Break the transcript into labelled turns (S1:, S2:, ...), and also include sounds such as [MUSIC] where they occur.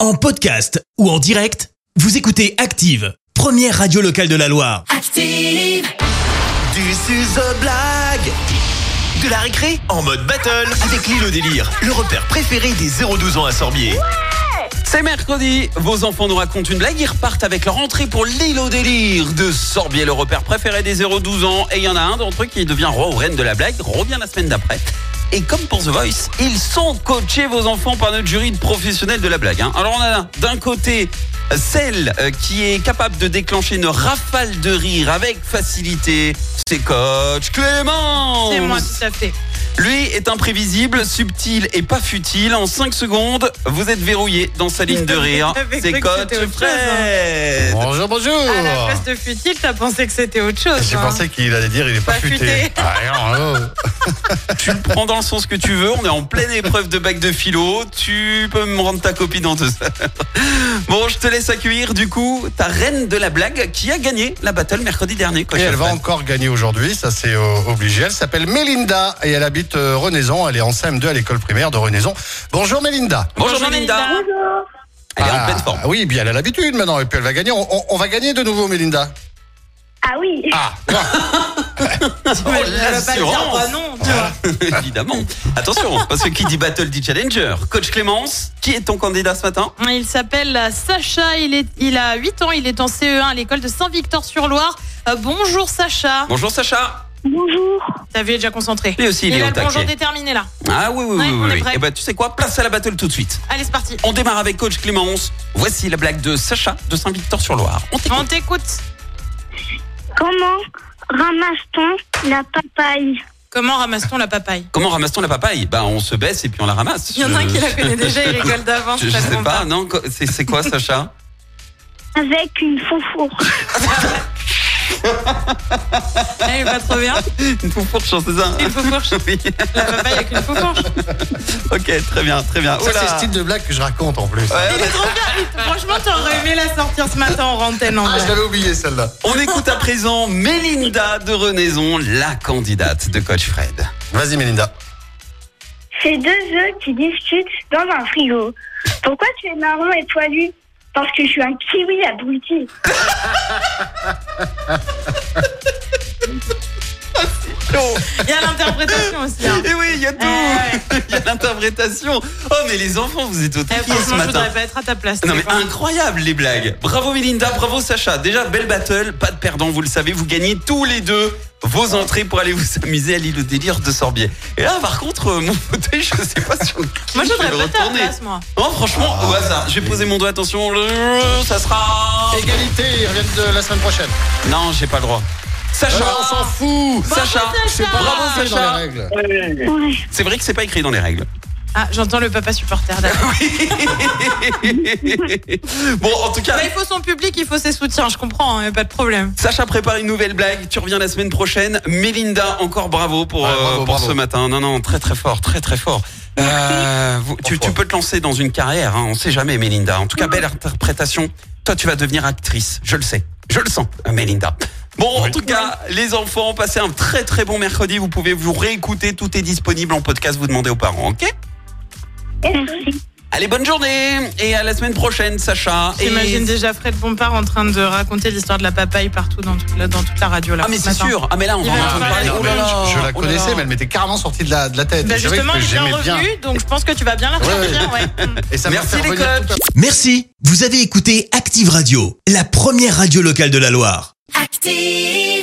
S1: En podcast ou en direct, vous écoutez Active, première radio locale de la Loire.
S2: Active,
S3: Du suzo blague De la récré en mode battle avec Lilo Délire, le repère préféré des 0-12 ans à Sorbier.
S4: C'est mercredi, vos enfants nous racontent une blague, ils repartent avec leur entrée pour l'île au délire de Sorbier, le repère préféré des 0-12 ans. Et il y en a un d'entre eux qui devient roi ou reine de la blague, revient la semaine d'après. Et comme pour The Voice, ils sont coachés, vos enfants, par notre jury de professionnels de la blague. hein. Alors on a d'un côté celle euh, qui est capable de déclencher une rafale de rire avec facilité, c'est coach Clément
S5: C'est moi, tout à fait.
S4: Lui est imprévisible, subtil et pas futile. En 5 secondes, vous êtes verrouillé dans sa ligne de rire.
S5: J'avais
S4: C'est
S5: cru que
S4: Coach
S5: c'était autre chose,
S4: Fred.
S6: Bonjour, bonjour
S5: À la place de futile, t'as pensé que c'était autre chose.
S6: Oh. J'ai
S5: hein.
S6: pensé qu'il allait dire il est pas,
S5: Pas futé.
S6: Ah, non, non.
S4: Tu le prends dans le sens que tu veux. On est en pleine épreuve de bac de philo. Tu peux me rendre ta copie dans deux heures. Bon, je te laisse accueillir du coup ta reine de la blague qui a gagné la battle mercredi dernier. Coach
S6: Et elle va
S4: Fred.
S6: encore gagner aujourd'hui, ça c'est euh, obligé. Elle s'appelle Mélinda et elle habite euh, Renaison. Elle est en CM2 à l'école primaire de Renaison. Bonjour Mélinda.
S4: Bonjour, Melinda. Elle est en
S6: Ah,
S4: pleine forme.
S6: Oui, bien elle a l'habitude maintenant et puis elle va gagner. On, on- on va gagner de nouveau Mélinda.
S7: Ah oui,
S6: Ah,
S5: Tu vois,
S4: Oh,
S5: elle va pas dire,
S4: l'assurance.
S5: bah non, tu
S4: [LAUGHS]
S5: vois.
S4: Évidemment. Attention, parce que qui dit battle dit challenger. Coach Clémence, qui est ton candidat ce matin
S5: Il s'appelle euh, Sacha, il, est, il a 8 ans, il est en CE1 à l'école de Saint-Victor-sur-Loire. Euh, bonjour Sacha.
S4: Bonjour Sacha.
S7: bonjour.
S5: T'avais déjà concentré.
S4: Lui aussi, il, est
S5: a
S4: au
S5: le bonjour
S4: taquet.
S5: déterminé là.
S4: Ah oui, oui,
S5: Ouais,
S4: oui.
S5: on est
S4: oui.
S5: prêt.
S4: Et tu sais quoi Place à la battle tout de suite.
S5: Allez, c'est parti.
S4: On démarre avec coach Clémence. Voici la blague de Sacha de Saint-Victor-sur-Loire. On t'écoute.
S5: On t'écoute.
S7: Comment ramasse-t-on la papaye
S5: Comment ramasse-t-on la papaye
S4: Comment ramasse-t-on la papaye Bah, on se baisse et puis on la ramasse.
S5: Il y en a un
S4: Je-
S5: qui la connaît
S4: [LAUGHS]
S5: déjà, il rigole [LAUGHS] d'avance.
S4: Je, je
S5: ça
S4: sais
S5: compte
S4: pas, non co- C'est c'est quoi,
S5: [LAUGHS]
S4: Sacha
S7: Avec une foufour.
S5: pas. Elle est pas trop bien.
S4: Une foufourche, c'est ça
S5: Une faufourche.
S4: [LAUGHS] Oui.
S5: La papaye avec une faufourche.
S4: Ok, très bien, très bien.
S6: ça
S4: [LAUGHS] Oula.
S6: c'est ce type de blague que je raconte en plus.
S4: Ouais,
S5: Il est trop bien. Franchement, t'aurais aimé la sortir ce matin en antenne en
S6: Ah,
S5: vrai.
S6: je l'avais oublié celle-là.
S4: On écoute à présent Mélinda de Renaison, la candidate de coach Fred.
S6: Vas-y Mélinda.
S7: C'est deux œufs qui discutent dans un frigo. Pourquoi tu es marron et poilu Parce que je suis un kiwi abruti.
S5: Il y a l'interprétation aussi. hein.
S4: Et oui, il y a tout.
S5: Eh
S4: [LAUGHS] Il y a l'interprétation. Oh, mais les enfants, vous êtes au
S5: Eh,
S4: taquet ce
S5: franchement, je
S4: matin.
S5: voudrais pas être à ta place.
S4: Non
S5: tu
S4: mais
S5: vois.
S4: incroyable les blagues. Bravo Melinda, bravo Sacha. Déjà belle battle, pas de perdant, vous le savez, vous gagnez tous les deux
S6: Ah.
S4: vos entrées pour aller vous amuser à l'île au délire de Sorbier. Et là par contre euh, mon fauteuil, je sais pas
S6: [LAUGHS]
S4: sur qui
S5: Moi, je
S4: je vais
S5: voudrais
S4: le
S5: pas être à ta
S4: retourner.
S5: place, moi.
S4: Non franchement
S6: Ah,
S4: au hasard, je vais poser mon doigt, attention, ça sera
S6: Égalité, ils reviennent de la semaine prochaine.
S4: Non, j'ai pas le droit. Sacha,
S6: Ah, on s'en fout.
S4: Sacha,
S6: C'est pas
S4: bravo
S6: marqué dans
S4: Sacha.
S6: les règles.
S7: Ouais.
S4: C'est vrai que c'est pas écrit dans les règles. [LAUGHS]
S5: Ah, j'entends le papa supporter. d'accord.
S4: bon, en tout cas,
S5: Bah, il faut son public, il faut ses soutiens, je comprends, hein, pas de problème.
S4: Sacha prépare une nouvelle blague, tu reviens la semaine prochaine. Mélinda, encore bravo pour,
S6: Ouais,
S4: euh,
S6: bravo,
S4: pour
S6: bravo.
S4: ce matin. Non, non, très très fort, très très fort. Euh, vous- tu, tu peux te lancer dans une carrière, hein, on sait jamais Mélinda. En tout
S6: Mm-hmm.
S4: cas, belle interprétation. Toi, tu vas devenir actrice, je le sais. Je le sens, euh, Mélinda. Bon, en tout cas, les enfants, passez un très très bon mercredi. Vous pouvez vous réécouter, tout est disponible en podcast, vous demandez aux parents, ok
S7: Merci.
S4: Allez, bonne journée et à la semaine prochaine, Sacha. Et-
S5: J'imagine déjà Fred Bompard en train de raconter l'histoire de la papaye partout dans toute la, dans toute la radio. Là,
S4: Ah mais
S5: ce
S4: c'est
S5: matin. Bah,
S4: sûr, ah mais là on
S5: Il
S4: va en
S5: va
S4: entendre
S5: falloir-
S4: parler.
S6: Non,
S4: Oh
S6: mais
S4: là là,
S6: je la
S4: oh là là.
S6: connaissais, mais elle m'était carrément sortie de la, de la tête.
S5: Bah,
S6: Et c'est vrai
S5: justement,
S6: que
S5: il est bien
S6: j'aimais bien.
S5: revenu, donc je pense que tu vas bien la retenir. ouais. Mm.
S6: Et ça m'a
S4: Merci
S6: fait
S4: les
S6: revenir
S4: coachs.
S6: tout à
S1: Merci, vous avez écouté Active Radio, la première radio locale de la Loire.
S2: active.